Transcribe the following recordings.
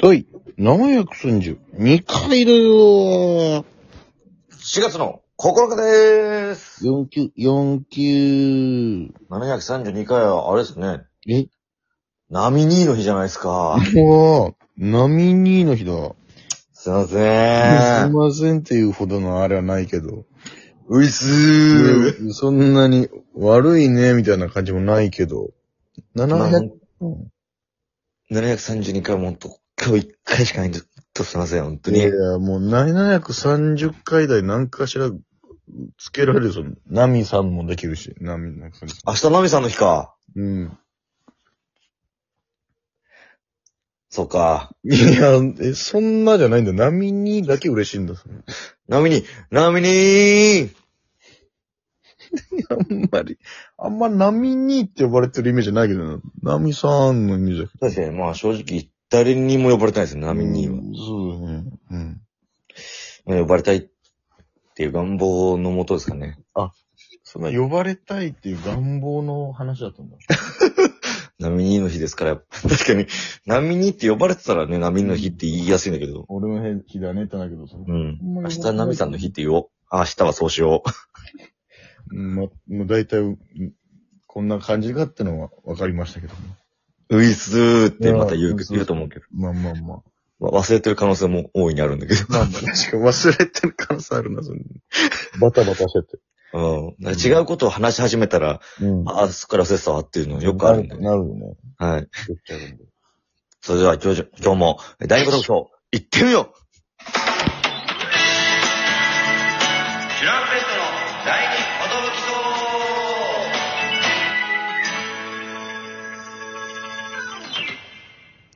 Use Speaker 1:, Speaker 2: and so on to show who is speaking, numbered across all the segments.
Speaker 1: 第732回だよ
Speaker 2: 4月の9日でーす。
Speaker 1: !4 級、4級。
Speaker 2: 732回は、あれですね。
Speaker 1: え
Speaker 2: 波2の日じゃないですか。
Speaker 1: もう、波2の日だ。
Speaker 2: すいますせ
Speaker 1: い
Speaker 2: ん。
Speaker 1: ませんっていうほどのあれはないけど。
Speaker 2: ういっすー。
Speaker 1: そんなに悪いね、みたいな感じもないけど。700、うん
Speaker 2: 732回もほんと、今日1回しかないんで、ほんとすいません、本当
Speaker 1: い
Speaker 2: に。
Speaker 1: や、もう730回台何かしらつけられる、その、ナミさんもできるし、ナミ、なんか
Speaker 2: 明日ナミさんの日か。
Speaker 1: うん。
Speaker 2: そうか。
Speaker 1: いや、え、そんなじゃないんだよ。波にだけ嬉しいんだ。その
Speaker 2: ナミに、ナミにー
Speaker 1: あんまり、あんま波にって呼ばれてるイメージないけどな。波さんのイメージだけ
Speaker 2: 確かに、まあ正直、誰にも呼ばれてないですね、
Speaker 1: ど。
Speaker 2: ナミには。
Speaker 1: そうだね。うん。
Speaker 2: まあ呼ばれたいっていう願望のもとですかね。
Speaker 1: そんな呼ばれたいっていう願望の話だと思う。
Speaker 2: 波にの日ですから、やっぱ 確かに、波にって呼ばれてたらね、波の日って言いやすいんだけど。
Speaker 1: 俺の日だねってなけどさ。
Speaker 2: うん。
Speaker 1: 明
Speaker 2: 明日波さんの日って言おう。あ明日はそうしよう。
Speaker 1: うんま、もう大体、うんこんな感じかってのは分かりましたけどね。
Speaker 2: う いっすーってまた
Speaker 1: いや
Speaker 2: 言う
Speaker 1: そうそう
Speaker 2: 言うと思うけど。
Speaker 1: まあまあまあ。
Speaker 2: まあ忘れてる可能性も大いにあるんだけど。
Speaker 1: まあまあ、確かに忘れてる可能性あるな、それ。バタバタしてて。
Speaker 2: うん。だから違うことを話し始めたら、
Speaker 1: うん。
Speaker 2: あ、あそっから忘れてたわっていうのよくあるんだよね。
Speaker 1: なるよね。
Speaker 2: はい。
Speaker 1: できちゃうんで
Speaker 2: それでは今日じゃ、今日も、第5特賞、行ってみようチュランペットの第2寿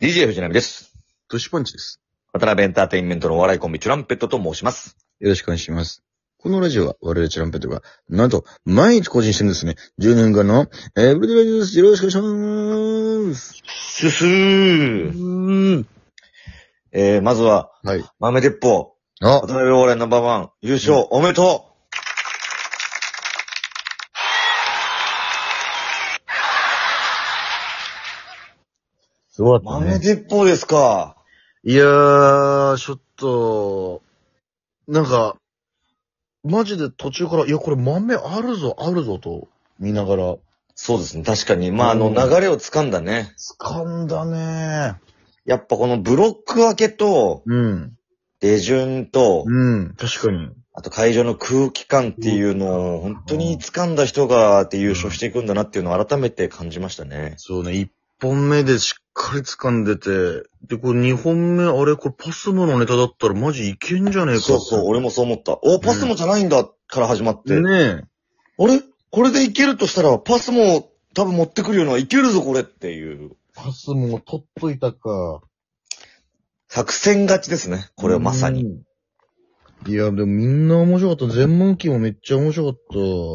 Speaker 2: DJ 藤波です。
Speaker 1: トシパンチです。
Speaker 2: 渡辺エンターテインメントのお笑いコンビ、チュランペットと申します。
Speaker 1: よろしくお願いします。このラジオは我々チュランペットが、なんと、毎日更新してるんですね。10年間の、エブリデイラジオです。よろしくお願いします。
Speaker 2: すす
Speaker 1: う
Speaker 2: ー
Speaker 1: ーん。
Speaker 2: えー、まずは、
Speaker 1: はい。
Speaker 2: 豆鉄砲、
Speaker 1: あ
Speaker 2: 渡、辺お笑いナンバーワン、優勝、おめでと
Speaker 1: すご
Speaker 2: う豆。鉄砲ですか。
Speaker 1: いやー、ちょっと、なんか、マジで途中から、いや、これ豆あるぞ、あるぞと、見ながら、
Speaker 2: そうですね、確かに。まあ、あの、
Speaker 1: うん
Speaker 2: 流れを掴んだね。
Speaker 1: 掴んだね
Speaker 2: やっぱこのブロック分けと、
Speaker 1: うん。
Speaker 2: 手順と、
Speaker 1: うん。確かに。
Speaker 2: あと会場の空気感っていうのを、本当に掴んだ人がって優勝していくんだなっていうのを改めて感じましたね。
Speaker 1: そうね、一本目でしっかり掴んでて、で、これ二本目、あれ、これパスモのネタだったらマジいけんじゃねえか
Speaker 2: そうそう、俺もそう思った。お、パスもじゃないんだから始まって。
Speaker 1: ね
Speaker 2: あれこれでいけるとしたら、パスも多分持ってくるようないけるぞこれっていう。
Speaker 1: え。パスモ取っといたか。
Speaker 2: 作戦勝ちですね。これはまさに。
Speaker 1: に。いや、でもみんな面白かった。全問記もめっちゃ面白か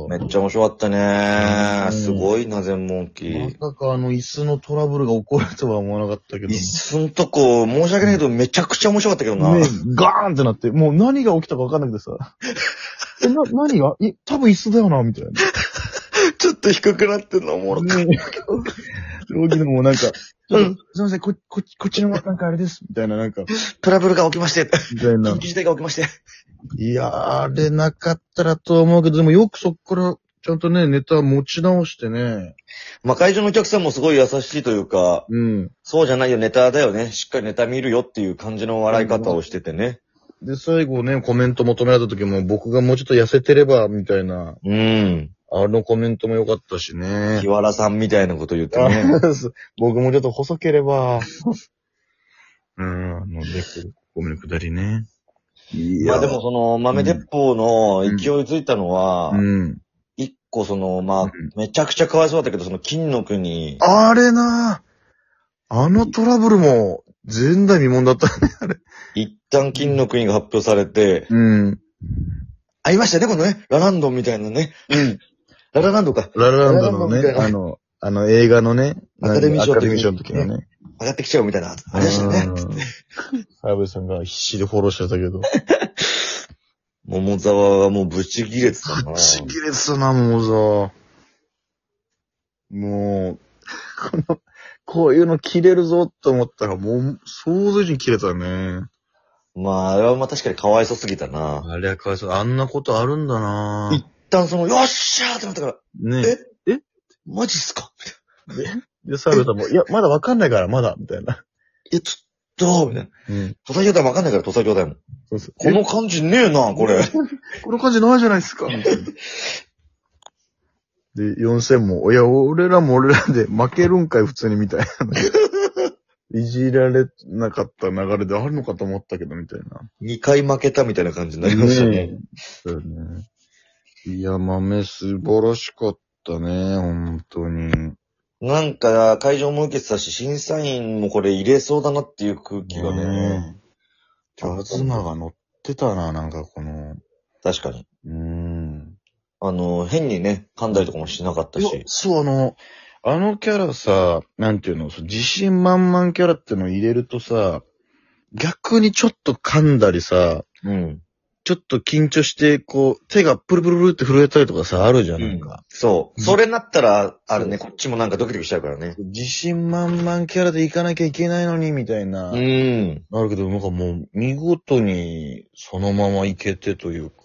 Speaker 2: め
Speaker 1: っ
Speaker 2: っちゃ面白かったね
Speaker 1: う。ん
Speaker 2: すごいな、全問記。
Speaker 1: た。まさかあの椅子のトラブルが起こるとは思わなかったけど。
Speaker 2: いっそんとこ、申し訳ないけど、めちゃくちゃ面白かったけどな。
Speaker 1: ねガーンってなって、もう何が起きたか分かんなくてさ。 え、な、何がい、多分椅子だよな、みたいな。
Speaker 2: ちょっと低くなってんのおもろかった
Speaker 1: ねえ。でもなんか、ちょっと
Speaker 2: うん
Speaker 1: すいません、こ、こ、こっちの、なんかあれです、みたいな、なんか、
Speaker 2: トラブルが起きまして、
Speaker 1: みたいな
Speaker 2: 緊。急事態が起きまして。
Speaker 1: いやー、あれなかったらとは思うけど、でもよくそっから、ちゃんとね、ネタ持ち直してね。
Speaker 2: まあ、会場のお客さんもすごい優しいというか、
Speaker 1: うん。
Speaker 2: そうじゃないよ、ネタだよね。しっかりネタ見るよっていう感じの笑い方をしててね。
Speaker 1: で、最後ね、コメント求められた時も、僕がもうちょっと痩せてれば、みたいな、
Speaker 2: うん。
Speaker 1: あのコメントも良かったしね
Speaker 2: 日。原さんみたいなこと言ってね。
Speaker 1: 僕もちょっと細けれ ば。うん、あの、で、ごめん、くだりね。い
Speaker 2: まあでも、その、豆鉄砲の勢いづいたのは
Speaker 1: う、ん。
Speaker 2: 一個その、ま
Speaker 1: うん
Speaker 2: あ、めちゃくちゃかわいそうだったけど、その、金の国。
Speaker 1: あれなあのトラブルも、前代未聞だったね、あれ。
Speaker 2: 一旦金の国が発表されて、
Speaker 1: うん。
Speaker 2: ありましたね、このね、ラランドみたいなね。
Speaker 1: うん。
Speaker 2: ララランドか。
Speaker 1: ララランドの
Speaker 2: ララランドみた
Speaker 1: ね
Speaker 2: い、な
Speaker 1: あの、あの映画のね、
Speaker 2: アカデミー賞
Speaker 1: アカデミー賞の時のね。
Speaker 2: 上がってきちゃうみたいな。ありましたね。
Speaker 1: うん。澤部さんが必死でフォローしてたけど。
Speaker 2: 桃沢がもうブチギレてたな。
Speaker 1: ちぎれてたな、もうさ。もう、この、こういうの切れるぞって思ったら、もう、想像以上に切れたね。
Speaker 2: まあ、あれはまあ確かにかわいそすぎたな。
Speaker 1: あれはかわいそう。あんなことあるんだな
Speaker 2: 一旦その、よっしゃーってなったから、
Speaker 1: ね
Speaker 2: えマジっすか
Speaker 1: で、サルさんも、いや、まだわかんないから、まだ、みたいな。
Speaker 2: いや、ちょっと、みたいな。
Speaker 1: うん。
Speaker 2: 土佐兄弟わかんないから土佐兄弟も。
Speaker 1: そうそう。
Speaker 2: この感じねえな、これ。
Speaker 1: この感じないじゃないですか。みたいな で、4000も、いや、俺らも俺らで負けるんかい、普通に、み たいな。いじられなかった流れであるのかと思ったけど、みたいな。
Speaker 2: 2回負けたみたいな感じになりましたね。
Speaker 1: そうね。いや、豆素晴らしかったね、本当に。
Speaker 2: なんか、会場も受けてたし、審査員もこれ入れそうだなっていう空気がね。
Speaker 1: 東が乗ってたな、なんかこの、
Speaker 2: 確かに。
Speaker 1: うん。
Speaker 2: あの、変にね、噛んだりとかもしなかった
Speaker 1: いや
Speaker 2: し。
Speaker 1: そう、あの、あのキャラさ、なんていうの、そう自信満々キャラってのを入れるとさ、逆にちょっと噛んだりさ、
Speaker 2: うん。
Speaker 1: ちょっと緊張して、こう、手がプルプルプルって震えたりとかさ、あるじゃん、なんか。
Speaker 2: そう。
Speaker 1: うん
Speaker 2: それなったら、あるね、
Speaker 1: そ
Speaker 2: こっちもなんかドキドキしちゃうからね。
Speaker 1: 自信満々キャラで行かなきゃいけないのに、みたいな。
Speaker 2: うん。
Speaker 1: なるけど、なんかもう、見事に、そのままいけてというか。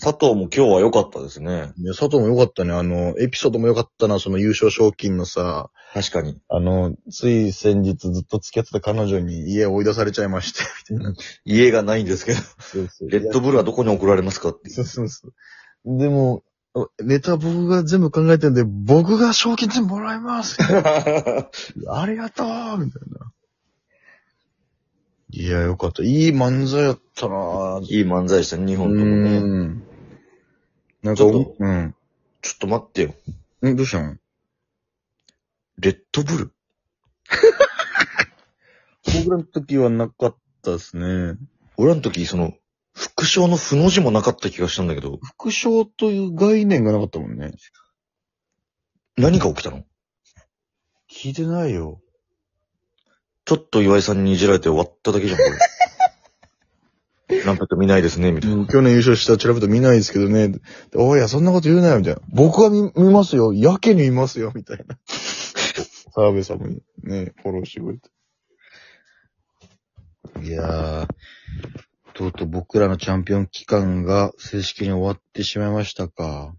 Speaker 2: 佐藤も今日は良かったですね。
Speaker 1: いや、佐藤も良かったね。あの、エピソードも良かったな、その優勝賞金のさ、
Speaker 2: 確かに。
Speaker 1: あの、つい先日ずっと付き合ってた彼女に家追い出されちゃいまして、 みたいな。
Speaker 2: 家がないんですけど、
Speaker 1: そうそう
Speaker 2: レッドブルはどこに送られます かって。
Speaker 1: そうそうそう。でも、あネタ僕が全部考えてるんで、僕が賞金全部もらいます。 ありがとうみたいな。いや、よかった。いい漫才やったなぁ。
Speaker 2: いい漫才でしたね、日
Speaker 1: う
Speaker 2: 本ともね。
Speaker 1: ん。なん
Speaker 2: ち
Speaker 1: か、
Speaker 2: ょっと
Speaker 1: うん。
Speaker 2: ちょっと待ってよ。
Speaker 1: んどうしたの
Speaker 2: レッドブル
Speaker 1: 僕らの時はなかったですね。
Speaker 2: 俺らの時、その、副賞の負の字もなかった気がしたんだけど、
Speaker 1: 副賞という概念がなかったもんね。
Speaker 2: 何が起きたの
Speaker 1: 聞いてないよ。
Speaker 2: ちょっと岩井さんにいじられて終わっただけじゃん、こ れ。ランペット見ないですね、みたいな。
Speaker 1: 去年優勝したチラブと見ないですけどね。でおいや、そんなこと言うなよ、みたいな。僕は見見ますよ。やけに見ますよ、みたいな。 澤部さんもね、フォローしてくれて。いやー、とうとう僕らのチャンピオン期間が正式に終わってしまいましたか。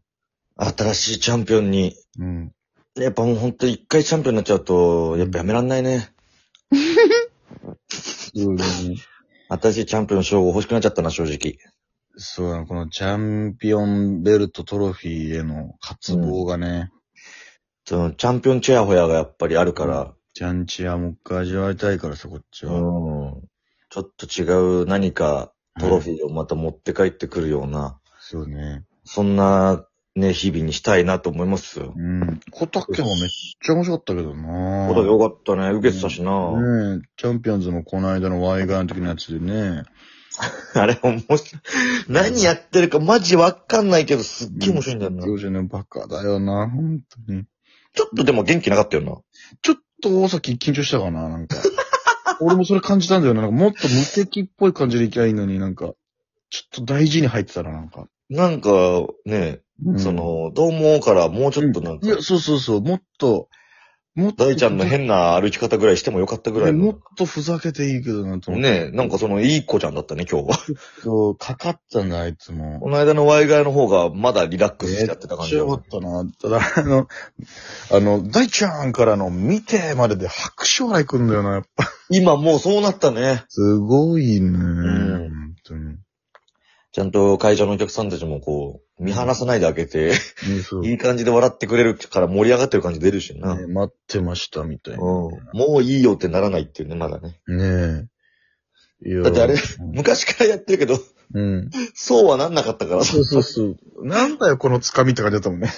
Speaker 2: 新しいチャンピオンに、
Speaker 1: うん。
Speaker 2: やっぱもうほんと一回チャンピオンになっちゃうと、やっぱやめらんないね。
Speaker 1: そうだね。
Speaker 2: 新しいチャンピオンの称号欲しくなっちゃったな、正直。
Speaker 1: そうだね、このチャンピオンベルトトロフィーへの渇望がね、
Speaker 2: その、チャンピオンチェアホヤがやっぱりあるから、
Speaker 1: ちゃんちはもう一回味わいたいからさ、こっち
Speaker 2: うん
Speaker 1: は。。
Speaker 2: ちょっと違う何かトロフィーをまた持って帰ってくるような、
Speaker 1: そうね。
Speaker 2: そんな、ね、日々にしたいなと思いますよ。
Speaker 1: うん。小竹もめっちゃ面白かったけどな
Speaker 2: ことよかったね。受けてたしな。
Speaker 1: ねえ、チャンピオンズのこの間のワイガーの時のやつでね。
Speaker 2: あれ面白い。何やってるかマジわかんないけど、すっげえ面白いんだよな。
Speaker 1: 教授ね、バカだよな、本当に。
Speaker 2: ちょっとでも元気なかったよな。
Speaker 1: ちょっと大崎緊張したかな、なんか。 俺もそれ感じたんだよな。なんかもっと無敵っぽい感じでいきゃいいのになんか、ちょっと大事に入ってたらなんか。
Speaker 2: なんか、ね、
Speaker 1: うん
Speaker 2: その、どうもからもうちょっとなん
Speaker 1: い
Speaker 2: か、
Speaker 1: や、そうそうそう、もっと、もっと。
Speaker 2: 大ちゃんの変な歩き方ぐらいしてもよかったぐらい
Speaker 1: もっ
Speaker 2: の。
Speaker 1: とふざけていいけどなと思って。
Speaker 2: ねなんかその、いい子ちゃんだったね、今日は。
Speaker 1: そう、かかったんだ、あいつも。
Speaker 2: この間のワイガイの方がまだリラックスしちゃってた感じだ
Speaker 1: めっちゃ
Speaker 2: よ
Speaker 1: よかったな。ただ、あの、あの、大ちゃんからの見てまでで拍手笑いくんだよな、やっぱ。
Speaker 2: 今もうそうなったね。
Speaker 1: すごいね。うん本当に。
Speaker 2: ちゃんと会場のお客さんたちもこう、見放さないで開けて、
Speaker 1: ね、そう。
Speaker 2: いい感じで笑ってくれるから盛り上がってる感じ出るしな。
Speaker 1: ね待ってました、みたい
Speaker 2: うん。
Speaker 1: な。
Speaker 2: もういいよってならないっていうね、まだね。
Speaker 1: ねえ。いや
Speaker 2: だってあれ
Speaker 1: う
Speaker 2: 昔からやってるけど、
Speaker 1: んうん。
Speaker 2: そうはなんなかったから。
Speaker 1: そうそうそう。なんだよ、このつかみって感じだったもんね。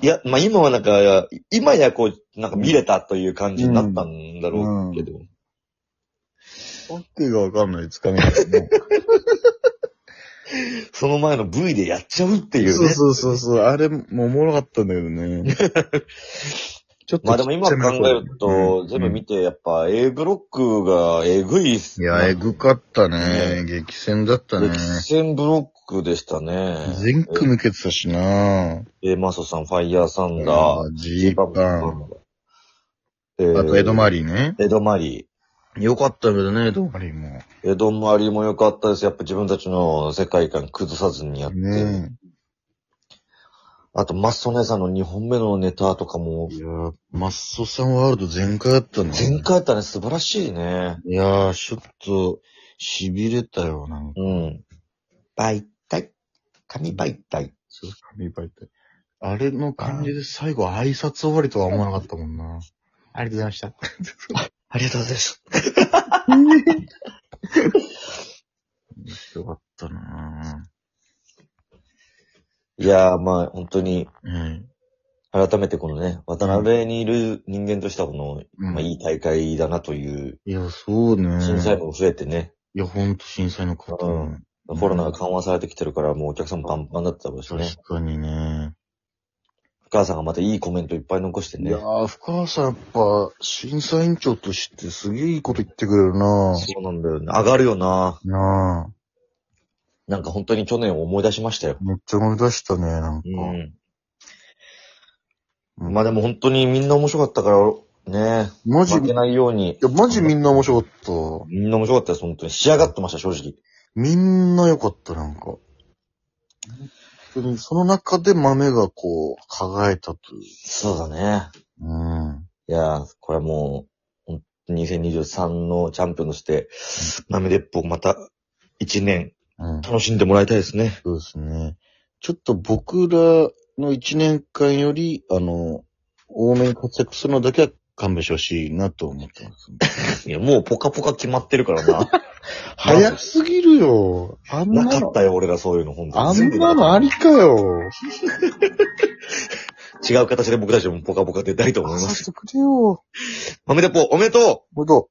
Speaker 2: いや、まあ今はなんか、今やこう、なんか見れたという感じになったんだろうけど。
Speaker 1: わけがわかんないつかみだ ったね。
Speaker 2: その前の V でやっちゃうっていうね。
Speaker 1: そうそうそうそう。あれもおもろかったんだけど ね。ちょっ
Speaker 2: まあでも今
Speaker 1: ちっちゃめ
Speaker 2: 考
Speaker 1: の
Speaker 2: えると、全部見て、やっぱ A ブロックがえぐいっす
Speaker 1: いや、えぐかったね
Speaker 2: ね。
Speaker 1: 激戦だったね。
Speaker 2: 激戦ブロックでしたね。
Speaker 1: 全組受けてたしな
Speaker 2: A マソさん、ファイヤーサンダー、
Speaker 1: ジーパン。
Speaker 2: えー
Speaker 1: あと、エドマリーね。
Speaker 2: 江戸マリ
Speaker 1: よかったけどね、エドマリーも。
Speaker 2: ー。江戸マリーも良かったです。やっぱ自分たちの世界観崩さずにやって。
Speaker 1: ね
Speaker 2: あと、マッソネさんの2本目のネタとかも
Speaker 1: え。、いやーマッソさんワールド全開だったな。
Speaker 2: 前回やったね、素晴らしいね。
Speaker 1: いやー、ちょっと、痺れたよ、なんか。
Speaker 2: うん。媒体。紙媒体。
Speaker 1: そう紙媒体。あれの感じで最後挨拶終わりとは思わなかったもんな。ありがとうございました。
Speaker 2: ありがとうございます。
Speaker 1: よかったない
Speaker 2: やー、まあ、本当に、
Speaker 1: ぁ。うん。
Speaker 2: 改めてこのね、渡辺にいる人間としてはこの、
Speaker 1: うん
Speaker 2: まあ、いい大会だなという、
Speaker 1: いや、そうね。
Speaker 2: 審査員も増えてね、
Speaker 1: いや、ほんと震災の方、ね。うん
Speaker 2: コロナが緩和されてきてるから、もうお客さんパンパンだったろうしね。
Speaker 1: 確かにね。
Speaker 2: 深川さんがまたいいコメントいっぱい残して
Speaker 1: い
Speaker 2: ね
Speaker 1: や。ー、深川さんやっぱ、審査委員長としてすげえいいこと言ってくれるなぁ。
Speaker 2: そうなんだよね。上がるよな。
Speaker 1: な
Speaker 2: なんか本当に去年を思い出しましたよ
Speaker 1: ぁ。。めっちゃ思い出したね、なんか。
Speaker 2: うん。まあでも本当にみんな面白かったから、ね
Speaker 1: マジ、
Speaker 2: 負
Speaker 1: い
Speaker 2: けないように。
Speaker 1: や、マジみんな面白かった。
Speaker 2: みんな面白かったです、本当に。仕上がってました、正直。
Speaker 1: みんな良かった、なんか。本当にその中で豆がこう、輝いたという。
Speaker 2: そうだね。
Speaker 1: うん。
Speaker 2: いやー、これはもう、本当に2023のチャンピオンとして、豆鉄砲また1年
Speaker 1: うん。
Speaker 2: 楽しんでもらいたいですね。
Speaker 1: そうですね。ちょっと僕らの一年間より、あの、多めに活躍するのだけは勘弁してほしいなと思ってます。
Speaker 2: いや、もうポカポカ決まってるからな。
Speaker 1: 早すぎるよ。あんな
Speaker 2: なか
Speaker 1: の
Speaker 2: っ、たよ、俺がそういうの、本当
Speaker 1: あ
Speaker 2: に。
Speaker 1: んなのありかよ。
Speaker 2: 違う形で僕たちもポカポカ出たいと思いま
Speaker 1: さ
Speaker 2: す。
Speaker 1: せてくれよ。
Speaker 2: 豆鉄砲、おめでとう
Speaker 1: ほど。